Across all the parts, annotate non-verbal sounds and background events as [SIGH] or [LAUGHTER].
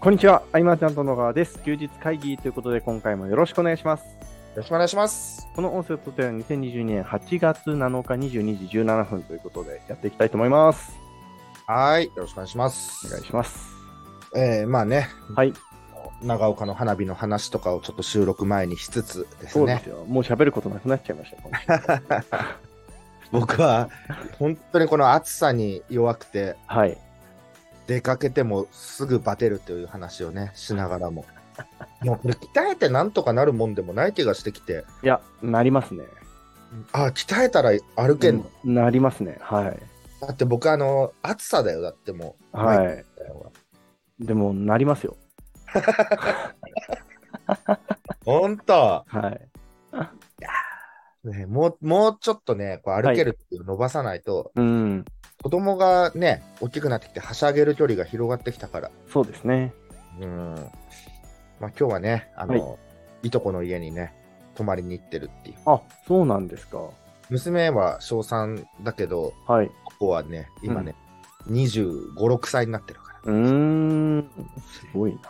こんにちは、アイマーちゃんと野川です。休日会議ということで、今回もよろしくお願いします。よろしくお願いします。この音声を撮っているのは2022年8月7日22時17分ということで、やっていきたいと思います。はい。よろしくお願いしまおす。願いします。えー、まあね、はい、長岡の花火の話とかをちょっと収録前にしつつですそうでねす。よ。もう喋ることなくなっちゃいましたこの人。僕は本当にこの暑さに弱くて、はい。出かけてもすぐバテるという話をね、しながらも。 [LAUGHS] もうこれ鍛えてなんとかなるもんでもない気がしてきて、いや、なりますね。ああ、鍛えたら歩けんの、うんなりますね。はい。だって僕あの、暑さだよ。だってもう。。はいい。でも、なりますよ。ほんと。はい。ね、もう、もうちょっとね、こう歩けるっていうのを伸ばさないと、うん。子供がね、大きくなってきて、はしゃげる距離が広がってきたから、そうですね。うん。まあ今日はね、あの、、はいとこの家にね、泊まりに行ってるっていう。あ、そうなんですか。娘は小3だけど、はい。ここはね、今ね、25、6歳になってるから。うーん。すごいな。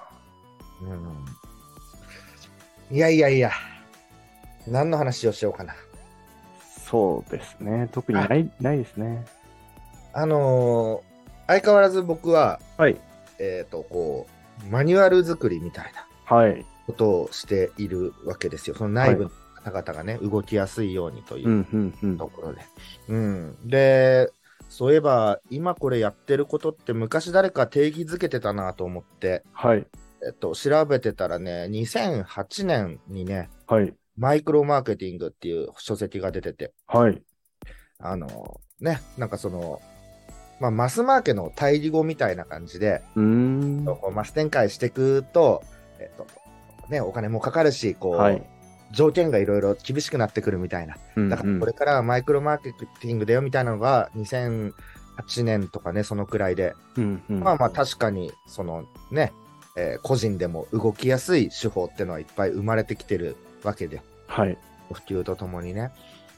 うん。いやいやいや、何の話をしようかな。そうですね。特にないないですね。あのー相変わらず僕は、はい。えっ、と、こう、マニュアル作りみたいな。はい。、ことをしているわけですよ。その内部の方々がね、動きやすいようにといううんうん、うん。ところで。うん、で、そういえば、今これやってることって昔誰か定義づけてたなと思って、はい。えっと、調べてたらね、2008年にね、はい。マイクロマーケティングっていう書籍が出てて、はい。あの、ね、なんかその、まあ、マスマーケの対義語みたいな感じで、うーん。こうマス展開していくと、えっと、ね、お金もかかるし、こう、はい。条件がいろいろ厳しくなってくるみたいな。うんだからこれからはマイクロマーケティングだよみたいなのが2008年とかね、そのくらいで。うんうん、まあまあ確かに、そのね、えー個人でも動きやすい手法ってのはいっぱい生まれてきてるわけで、はい。普及とともにね。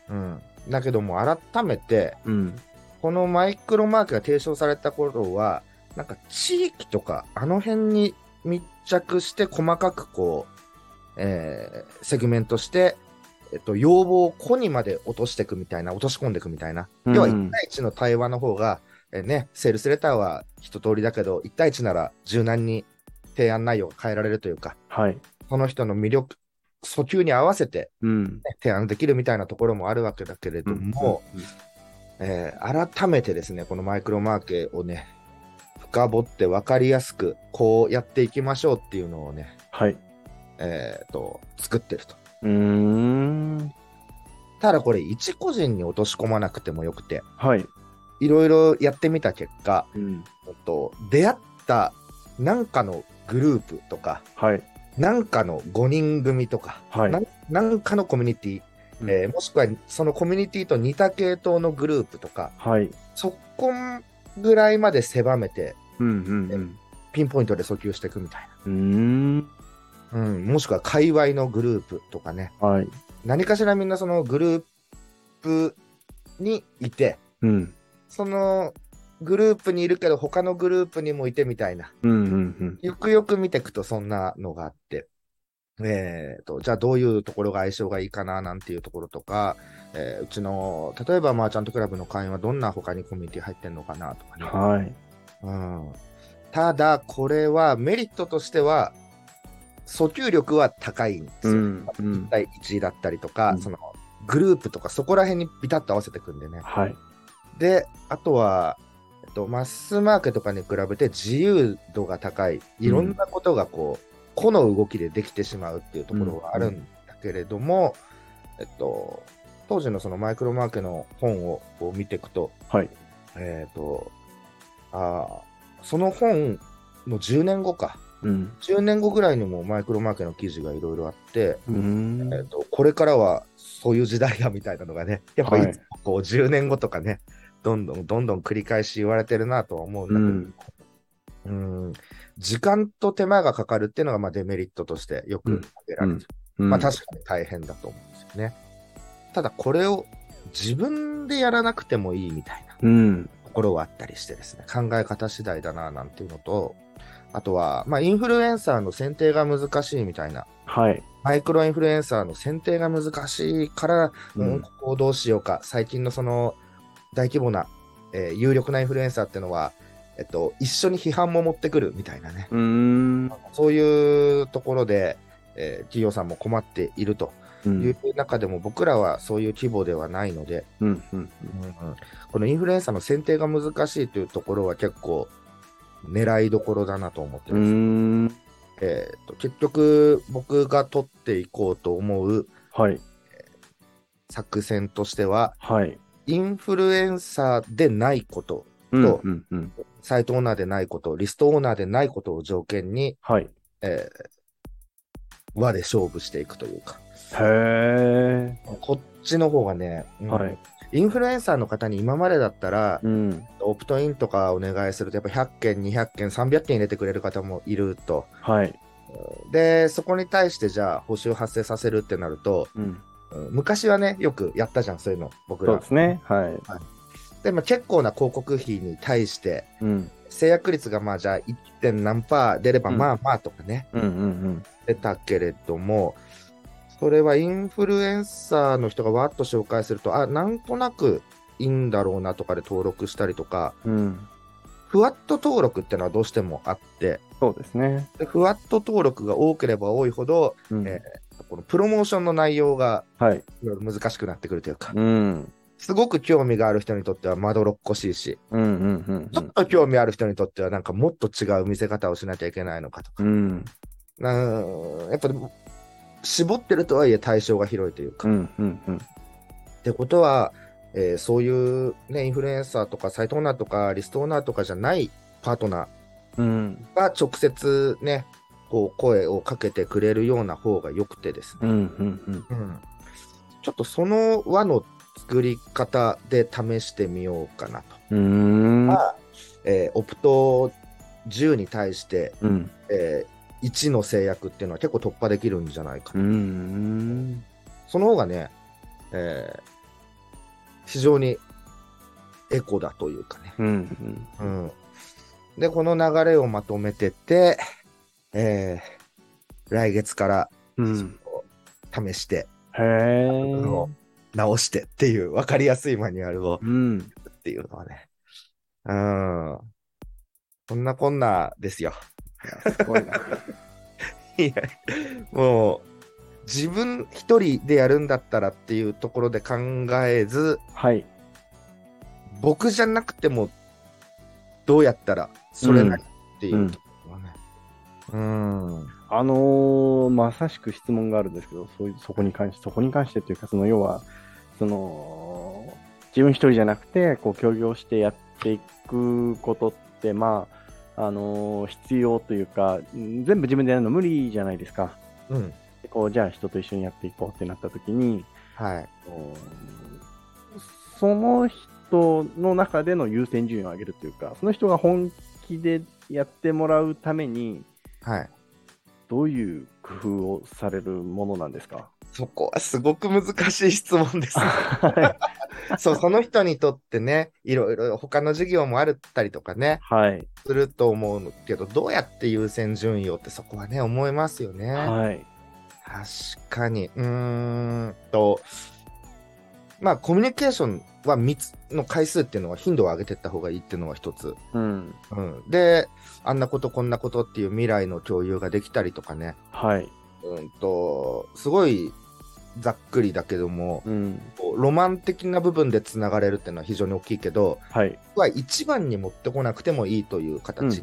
うん。だけども改めて、うん。このマイクロマーケが提唱された頃は、なんか地域とかあの辺に密着して細かくこう、えーセグメントして、えっと、要望を個にまで落としていくみたいな、落とし込んでいくみたいな。要はう1ん対1の対話の方が、えーね、セールスレターは一通りだけど、1対1なら柔軟に提案内容が変えられるというか、はい。その人の魅力、訴求に合わせて、うん。ね提案できるみたいなところもあるわけだけれども、うん、えー改めてですね、このマイクロマーケをね、深掘って分かりやすく、こうやっていきましょうっていうのをね、はい。えーと、作ってると。うーん。ただこれ、一個人に落とし込まなくてもよくて、はい。いろいろやってみた結果、うん。えっと、出会ったなんかのグループとか、はい。なんかの5人組とか、はい。なんなんかのコミュニティ、えーもしくはそのコミュニティと似た系統のグループとか、はい。そこぐらいまで狭めて、うんうんピンポイントで訴求していくみたいうん。うーん。な。うん、もしくは界隈のグループとかね。はい。何かしらみんなそのグループにいて、うん。そのグループにいるけど他のグループにもいてみたいな。うんうんうん。よくよく見ていくとそんなのがあって。えー、とじゃあどういうところが相性がいいかななんていうところとか、えーうちの例えばマーチャントクラブの会員はどんな他にコミュニティ入ってんのかなとかね、はい。うんただ、これはメリットとしては、訴求力は高いんですよ。うんうん1対1だったりとか、うんそのグループとか、そこら辺にビタッと合わせていくんでね。はい。で、あとは、えっと、マスマーケとかに比べて自由度が高い、いろんなことがこう、個の動きでできてしまうっていうところがあるんだけれども、えっと、当時のそのマイクロマーケの本をこう見ていくと、はい。えっ、と、あーその本の10年後か。うん。 10年後ぐらいにもマイクロマーケの記事がいろいろあって、うーんえ。ーと、これからはそういう時代やみたいなのがね、やっぱはいいつもこう10年後とかね、どんどんどんどん繰り返し言われてるなとは思うんだうけど、ん。うん時間と手間がかかるっていうのがまあデメリットとしてよく挙げられてる。うんまあ確かに大変だと思うんですよね。ただこれを自分でやらなくてもいいみたいな。うん。ところはあったりしてですね、考え方次第だななんていうのと、あとは、まあ、インフルエンサーの選定が難しいみたいな、はい。マイクロインフルエンサーの選定が難しいから、ううんん、ここをどうしようか、最近のその大規模な、えー有力なインフルエンサーってのは、えっと、一緒に批判も持ってくるみたいなね、うーん。そういうところで、えー企業さんも困っているとういんう。中でも、僕らはそういう規模ではないので、うん。うん。このインフルエンサーの選定が難しいというところは結構狙いどころだなと思ってうーます。ん。えーと結局僕が取っていこうと思うはい。作戦としてははい。インフルエンサーでないことうん。そううん。うん。サイトオーナーでないことリストオーナーでないことを条件に、はい。えー和で勝負していくというかへこっちの方がね、うんはいインフルエンサーの方に今までだったらー。うん。オプトインとかお願いするとやっぱ100件200件300件入れてくれる方もいるとはい。でそこに対してじゃあ報酬発生させるってなるとうん。うん昔はね、よくやったじゃん、そういうの、僕そうらで。すね。はい。でも結構な広告費に対して、うん。制約率がまあじゃあ 1. 点何パー出ればうんまあまあとかね、うん。うん。出たけれども、それはインフルエンサーの人がわーっと紹介すると、あ、なんとなくいいんだろうなとかで登録したりとか、うん。うん。ふわっと登録ってのはどうしてもあって、そうですね。でふわっと登録が多ければ多いほど、うん。えこのプロモーションの内容がはい。いろいろ難しくなってくるというか、うん。すごく興味がある人にとってはまどろっこしいし、うん。うん。うん。ちょっと興味ある人にとっては、なんかもっと違う見せ方をしなきゃいけないのかとか。うん。なーやっぱでも、絞ってるとはいえ対象が広いといううか。ん。うん。うん。ってことは、えーそういう、ね、インフルエンサーとかサイトオーナーとかリストオーナーとかじゃないパートナうん。ーが直接ね、こう声をかけてくれるような方が良くてですうね。ん。うん。うんちょっとその輪の作り方で試してみようかなと。うん。うーん。えーオプト10に対してうん。えー1の制約っていうのは結構突破できるんじゃないかうと、ん。その方がね、えー非常にエコだというかね、うん。うん、でこの流れをまとめてて、えー来月からうん。試してへえ。直してっていう分かりやすいマニュアルをうん。っていうのはねうんそんなこんなですよ [LAUGHS] すごいな。いや、もう、自分一人でやるんだったらっていうところで考えず、はい。僕じゃなくても、どうやったら、それなりっていうところはね。うん。あのーまさしく質問があるんですけど、そういうそこに関して、そこに関してというか、その要は、その、自分一人じゃなくて、こう、協業してやっていくことって、まあ、あのー必要というか、ん全部自分でやるの無理じゃないですか。うん。でこう、じゃあ人と一緒にやっていこうってなった時に、はい。その人の中での優先順位を上げるというか、その人が本気でやってもらうために、はい。どういう工夫をされるものなんです [LAUGHS] かそこはすごく難しい質 [LAUGHS] 問です。はそう、その人にとってね、いろいろ他の授業もあったりとかね、い、すると思うけど、どうやって優先順位をってそこはね、思いますよね。はい、確かに。うーんと、まあ、コミュニケーションは密の回数っていうのは頻度を上げていった方がいいっていうのは一つ。うん、うん、で、あんなことこんなことっていう未来の共有ができたりとかね。はい、うんと、すごいざっくりだけども、うん、こうロマン的な部分でつながれるっていうのは非常に大きいけど、はい、は一番に持ってこなくてもいいという形。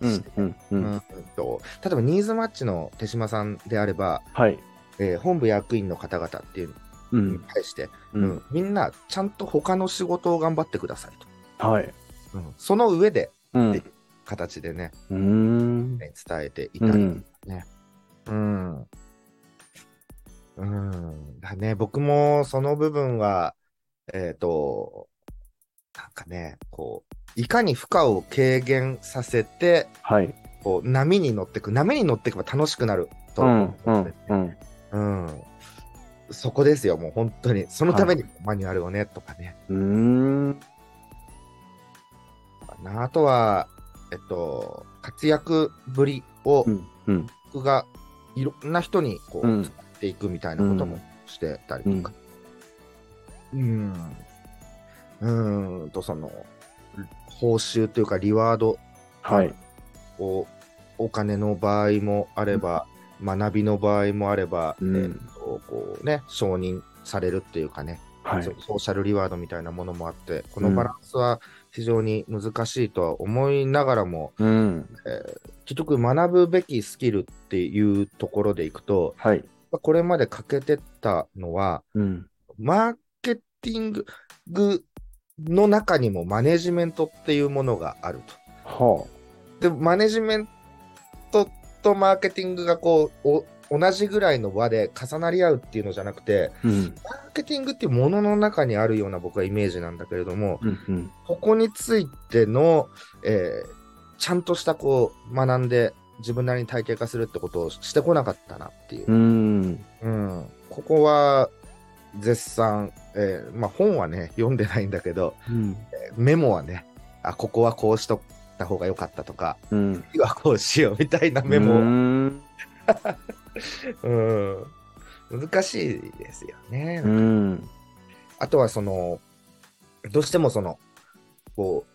うん、うん、ううんん、と例えば、ニーズマッチの手島さんであれば、はい、えー本部役員の方々っていううにん、対して、ううんん、みんなちゃんと他の仕事を頑張ってくださいと、はい、その上でうん、で形でねうーん、伝えていうたりん、うんうんだね僕もその部分はえっ、となんかねこういかに負荷を軽減させてはい、こう波に乗ってく波に乗っていけば楽しくなるとう思んっ、てうてん、うん、うんそこですよもう本当にそのためにマニュアルをねとかねうーん、かなあとは、えっと、活躍ぶりをうんうん僕がいろんな人にこううん伝っていくみたいなこともしてたりとか。うん。うーんと、その、報酬というかリワードはいをお金の場合もあれば、学びの場合もあれば、うんえっとこうね、承認されるっていうかね、はいソソーシャルリワードみたいなものもあって、このバランスは非常に難しいとは思いながらも、うん結局学ぶべきスキルっていうところでいくと、はいこれまで欠けてたのは、うんマーケティングの中にもマネジメントっていうものがあると。はでマネジメントとマーケティングがこうお同じぐらいの輪で重なり合うっていうのじゃなくてあうんマーケティングっていうものの中にあるような僕はイメージなんだけれどもうんうんここについての、えーちゃんとしたこう学んで自分なりに体系化するってことをしてこなかったなっていうう、んうん、ここは絶賛、えーまあ、本はね読んでないんだけどうんえーメモはねあここはこうしとった方が良かったとかうん次はこうしようみたいなメモをもうん難しいですよね。うんあとはその、どうしてもその、こ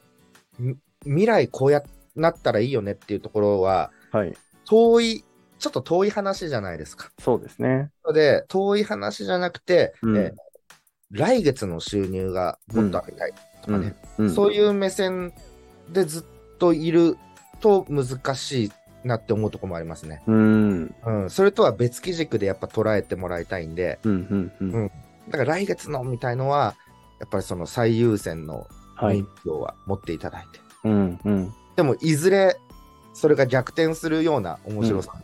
う、み未来こうやなったらいいよねっていうところは、はい遠い、ちょっと遠い話じゃないですか。そうですねなので、遠い話じゃなくて、うんえー来月の収入がもっと上げたいとかね、うんそういう目線でずっといると難しいなって思うところもありますね。うんうん、それとは別基軸でやっぱ捉えてもらいたいんで、うんうんううんんだから来月のみたいのは、やっぱりその最優先のはい要は持っていただいて。うんうんでも、いずれそれが逆転するような面白さも、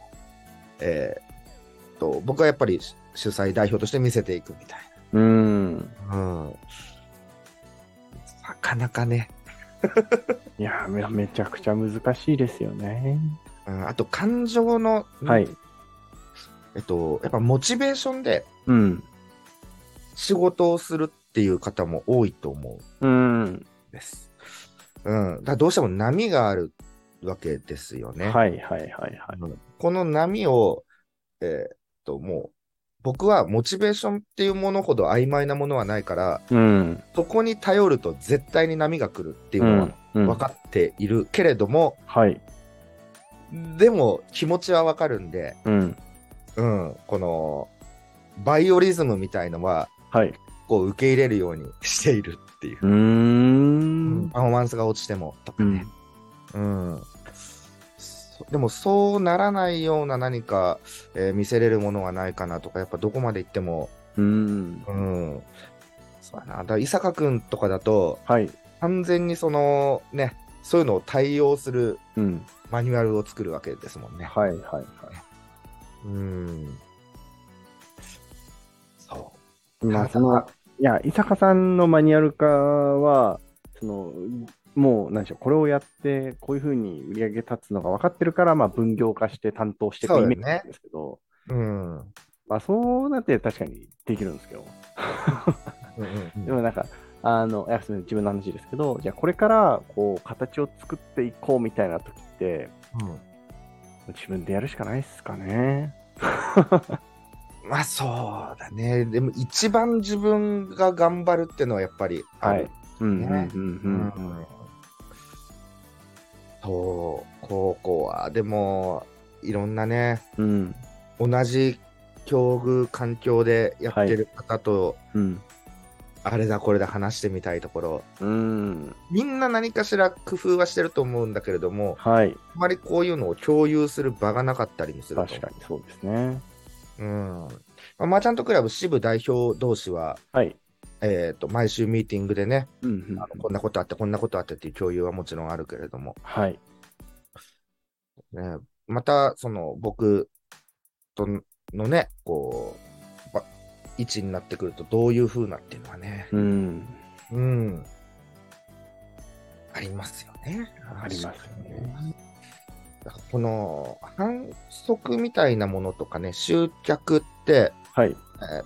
えーっと、僕はやっぱり主催代表として見せていくみたいうんな。うん。なかなかね、いやめめちゃくちゃ難しいですよねうん、あと感情の、はいえっと、やっぱモチベーションでうん仕事をするっていう方も多いと思うんうんです。うん。だからどうしても波があるわけですよね。はいはいはいはいこの波を、えーっと、もう、僕はモチベーションっていうものほど曖昧なものはないから、うんそこに頼ると絶対に波が来るっていううのはんうん分かっているけれども、はいでも気持ちは分かるんで、うんうん、この、バイオリズムみたいのは、はいこう受け入れるようにしているっていう。うーんパフォーマンスが落ちてもとかうねん。うん。そでもそうならないような何か、えー見せれるものはないかなとか、やっぱどこまで行ってもうんうん。そうやな。だから、伊坂くんとかだと、はい完全にその、ね、そういうのを対応するうんマニュアルを作るわけですもんね。はいはいはいうん。そまあそのいや伊坂さんのマニュアル化はそのもう何でしょうこれをやってこういうふうに売り上げ立つのが分かってるからまあ分業化して担当していくそうだイよねメージなんですけどう。うん。うんまあそうなって確かにできるんですけどうんうんでもなんか、あの、いやすみません自分の話ですけど、じゃあこれから、こう、形を作っていこうみたいな時って、自分でやるしかないっすかね。うんまあ、そうだね。でも、一番自分が頑張るってのはやっぱりある。。うん、うん、ねう、うんうん。ん。そう、高校は、でも、いろんなね、うん、同じ境遇環境でやってる方と、うん、あれだこれだ話してみたいところうん。みんな何かしら工夫はしてると思うんだけれどもはい。あまりこういうのを共有する場がなかったりもすると確かにそうですね。うんまあ、マーチャントクラブ支部代表同士は、はい。えー、と毎週ミーティングでねうん、うんあのこんなことあってこんなことあってっていう共有はもちろんあるけれども、はい。ね、またその僕とのねこうば位置になってくるとどういう風なっていうのはねうん。うん。ありますよね。ありますよね。だからこの反則みたいなものとかね、集客って、はい。えーっ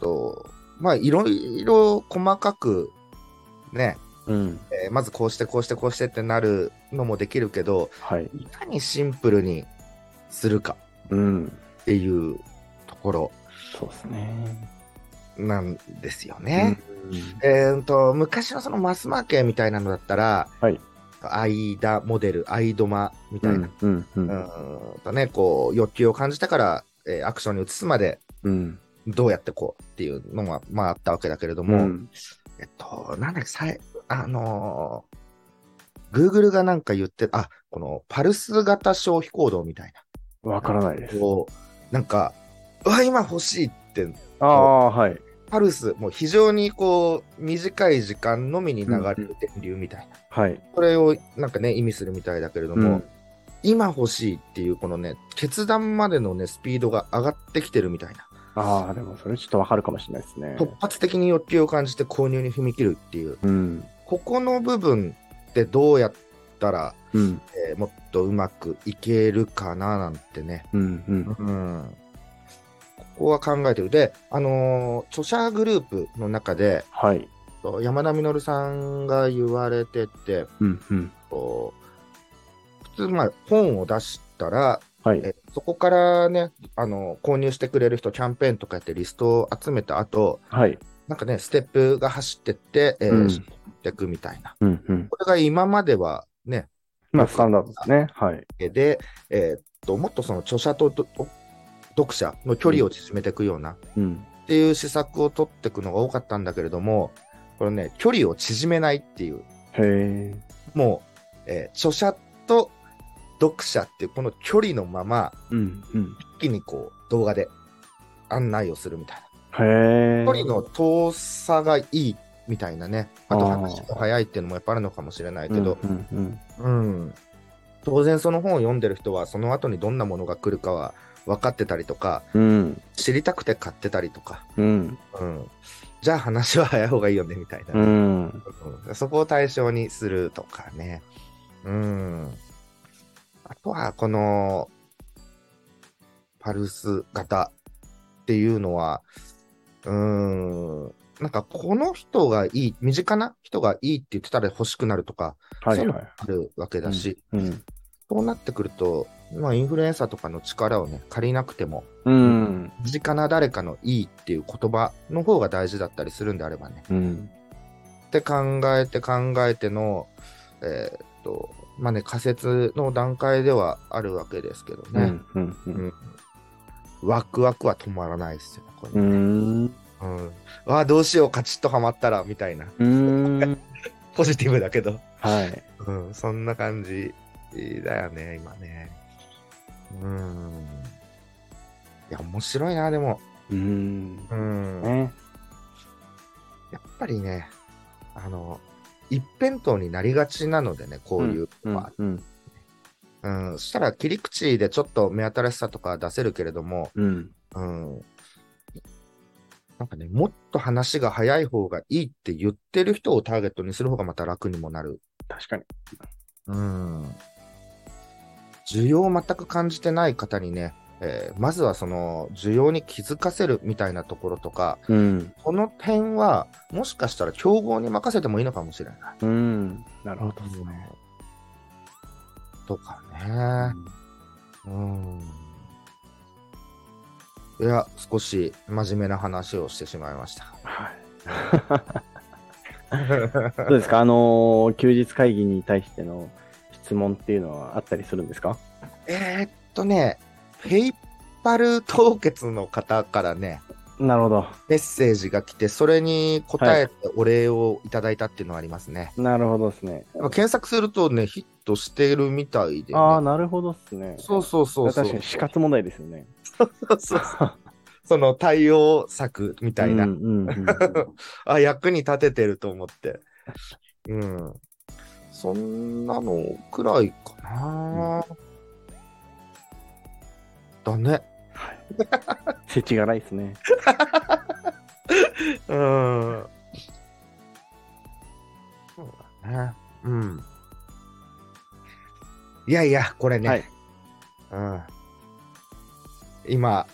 と、まあ、いろいろ細かく、ね、うん。えーまずこうしてこうしてこうしてってなるのもできるけど、はい。いかにシンプルにするかうん。っていうところそうですね。なんですよね。えー、と昔のそのマスマーケみたいなのだったら、はいアイダモデル、アイドマみうたいな、ん。うん。う。うんーんとね、こう欲求を感じたから、えーアクションに移すまでうん。どうやってこうっていうのが、まあ、あったわけだけれども、うん。えっと、なんだっけ、さいあのー、Google がなんか言って、あ、このパルス型消費行動みたいわからないでな、す。こう、なんか、うわ、今欲しいって、ああ、はい。パルス、もう非常にこう、短い時間のみに流れる電流みたいな、はい。これをなんかね、意味するみたいだけれども、今欲しいっていう、このね、決断までのね、スピードが上がってきてるみたいな、ああ、でもそれちょっとわかるかもしれないですね。突発的に欲求を感じて購入に踏み切るっていう、うん。ここの部分ってどうやったら、うん。えーもっとうまくいけるかななんてね、うん。うん。うん、ここは考えてる。で、あのー著者グループの中で、はい。と山田稔さんが言われてて、うん。うん。と普通、まあ、本を出したら、はい。えそこからね、あの購入してくれる人、キャンペーンとかやってリストを集めた後、はい。なんかね、ステップが走ってって、えーうん走ってくみたいな。うん。うん。これが今まではね、まあ、スタンダードですね。はい。で、えーっともっとその著者とど読者の距離を縮めていくようなうん。っていう施策を取っていくのが多かったんだけれども、これね、距離を縮めないっていう、へえ。もう、えー著者と読者っていうこの距離のまま、うん。うん。一気にこう動画で案内をするみたいへえ。な。距離の遠さがいいみたいなね、あとあー話が早いっていうのもやっぱあるのかもしれないけど、うん。うん。うん、当然その本を読んでる人はその後にどんなものが来るかは分かってたりとかうん。知りたくて買ってたりとか、うん。うん、じゃあ話は早い方がいいよねみたいな、うん。うんそこを対象にするとかね、うん、あとはこのパルス型っていうのはうんなんかこの人がいい身近な人がいいって言ってたら欲しくなるとかはい。はい。あるわけだし、うん。そうなってくると、まあ、インフルエンサーとかの力をね、借りなくても、うん。身近な誰かのいいっていう言葉の方が大事だったりするんであればね。うん。って考えて考えての、えーっと、まあね、仮説の段階ではあるわけですけどうね。ん。うん。うん。ワクワクは止まらないですよね、これう。ん。うん。わあ、どうしよう、カチッとハマったら、みたいな。うん。ポジティブだけど。はい。うん、そんな感じだよね、今ね。うん。いや、面白いな、でも。うん。うん。ね。やっぱりね、あの、一辺倒になりがちなのでね、こういう、まうん。あうんそしたら切り口でちょっと目新しさとか出せるけれども、うん。うん、なんかね、もっと話が早い方がいいって言ってる人をターゲットにする方がまた楽にもなる。確かに。うん、需要を全く感じてない方にね、えーまずはその需要に気づかせるみたいなところとか、うん。この辺はもしかしたら競合に任せてもいいのかもしれない。うん。なるなほるどほですね。とかね。うん。いや、少し真面目な話をしてしまいました。はい。どうですかあのー休日会議に対しての質問っていうのはあったりするんですかえーっとね、ペイパル凍結の方からね、なるほど。メッセージが来て、それに答えてお礼をいただいたっていうのはありますね。なるほどですね。まあ検索するとね、ヒットしてるみたいで、ね。ああ、なるほどですね。そうそうそうそう。確かに死活問題ですよね。そうそうそうその対応策みたいな。うんうんうんあ、役に立ててると思って。うん。そんなのくらいかな、だね。世知がないですね。うん。そうだね。うん。いやいや、これね。はいうん。今、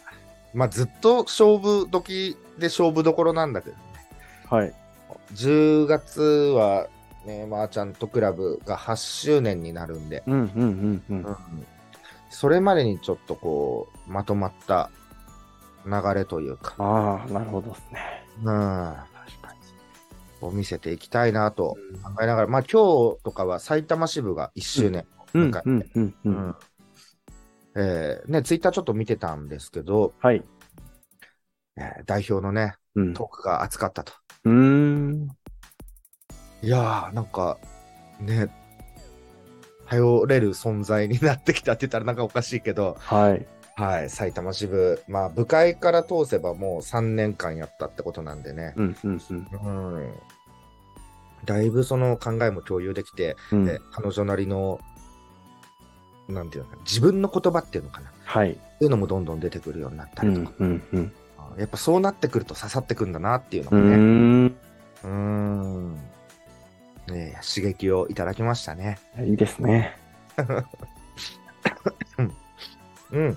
まあ、ずっと勝負時で勝負どころなんだけどね。はい。 10月はね、マーチャントクラブが8周年になるんで、うんうんうんうん。それまでにちょっとこう、まとまった流れというか、ああ、なるほどですね。うん、確かを見せていきたいなとに。考えながら、まあ今日とかは埼玉支部が1周年をうん迎えて、うんうんうん。えーね、ツイッターちょっと見てたんですけど、はい。えー代表のね、うん。トークが熱かったと。うーん。いやー、なんか、ね、頼れる存在になってきたって言ったらなんかおかしいけど、はい。はい、埼玉支部、まあ部会から通せばもう3年間やったってことなんでね、うんうんうんうん、だいぶその考えも共有できて、うん。え彼女なりの、なんていうのかな、自分の言葉っていうのかな、はい。そういうのもどんどん出てくるようになったうりんとか、うんうん。やっぱそうなってくると刺さってくるんだなっていうのうもね、ーん。うーん、ねえ刺激をいただきましたね。いいですね。うん、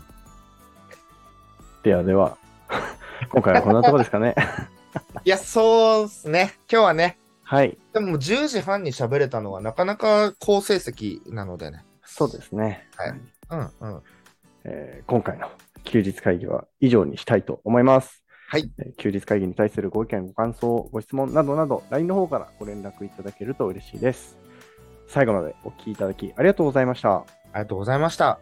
ではでは、 [LAUGHS] 今回はこんなとこですかね。 [LAUGHS] いや、そうっすね、今日はね、はい。でも10時半に喋れたのはなかなか好成績なのでね。そうですね。はいうんうん。えー今回の休日会議は以上にしたいと思います。はいえー。休日会議に対するご意見、ご感想、ご質問などなど、LINE の方からご連絡いただけると嬉しいです。最後までお聞きいただきありがとうございました。ありがとうございました。